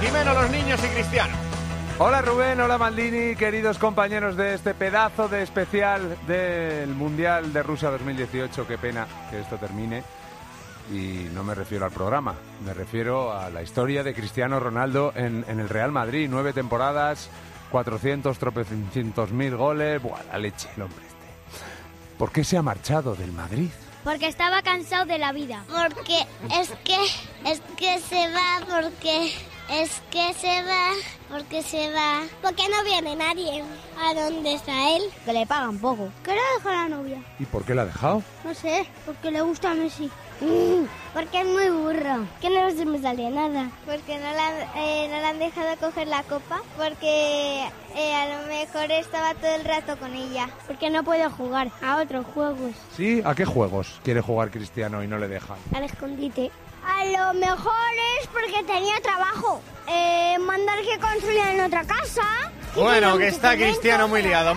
Jimeno, los niños y Cristiano. Hola Rubén, hola Maldini, queridos compañeros de este pedazo de especial del Mundial de Rusia 2018. Qué pena que esto termine. Y no me refiero al programa, me refiero a la historia de Cristiano Ronaldo en, en el Real Madrid. Nueve temporadas, 400, tropecientos mil goles. Buah, la leche, el hombre este. ¿Por qué se ha marchado del Madrid? Porque estaba cansado de la vida. Porque es que es que se va porque es que se va porque se va porque no viene nadie. ¿A dónde está él? Que le pagan poco. ¿Qué le deja la novia? ¿Y por qué la ha dejado? No sé, porque le gusta a Messi. Mm, porque es muy burro. Que no se me sale nada. Porque no la, eh, no la han dejado coger la copa. Porque eh, a lo mejor estaba todo el rato con ella. Porque no puede jugar a otros juegos. ¿Sí? ¿A qué juegos quiere jugar Cristiano y no le dejan? Al escondite. A lo mejor es porque tenía trabajo. Eh, mandar que construyan otra casa. Bueno, que está Cristiano muy liado.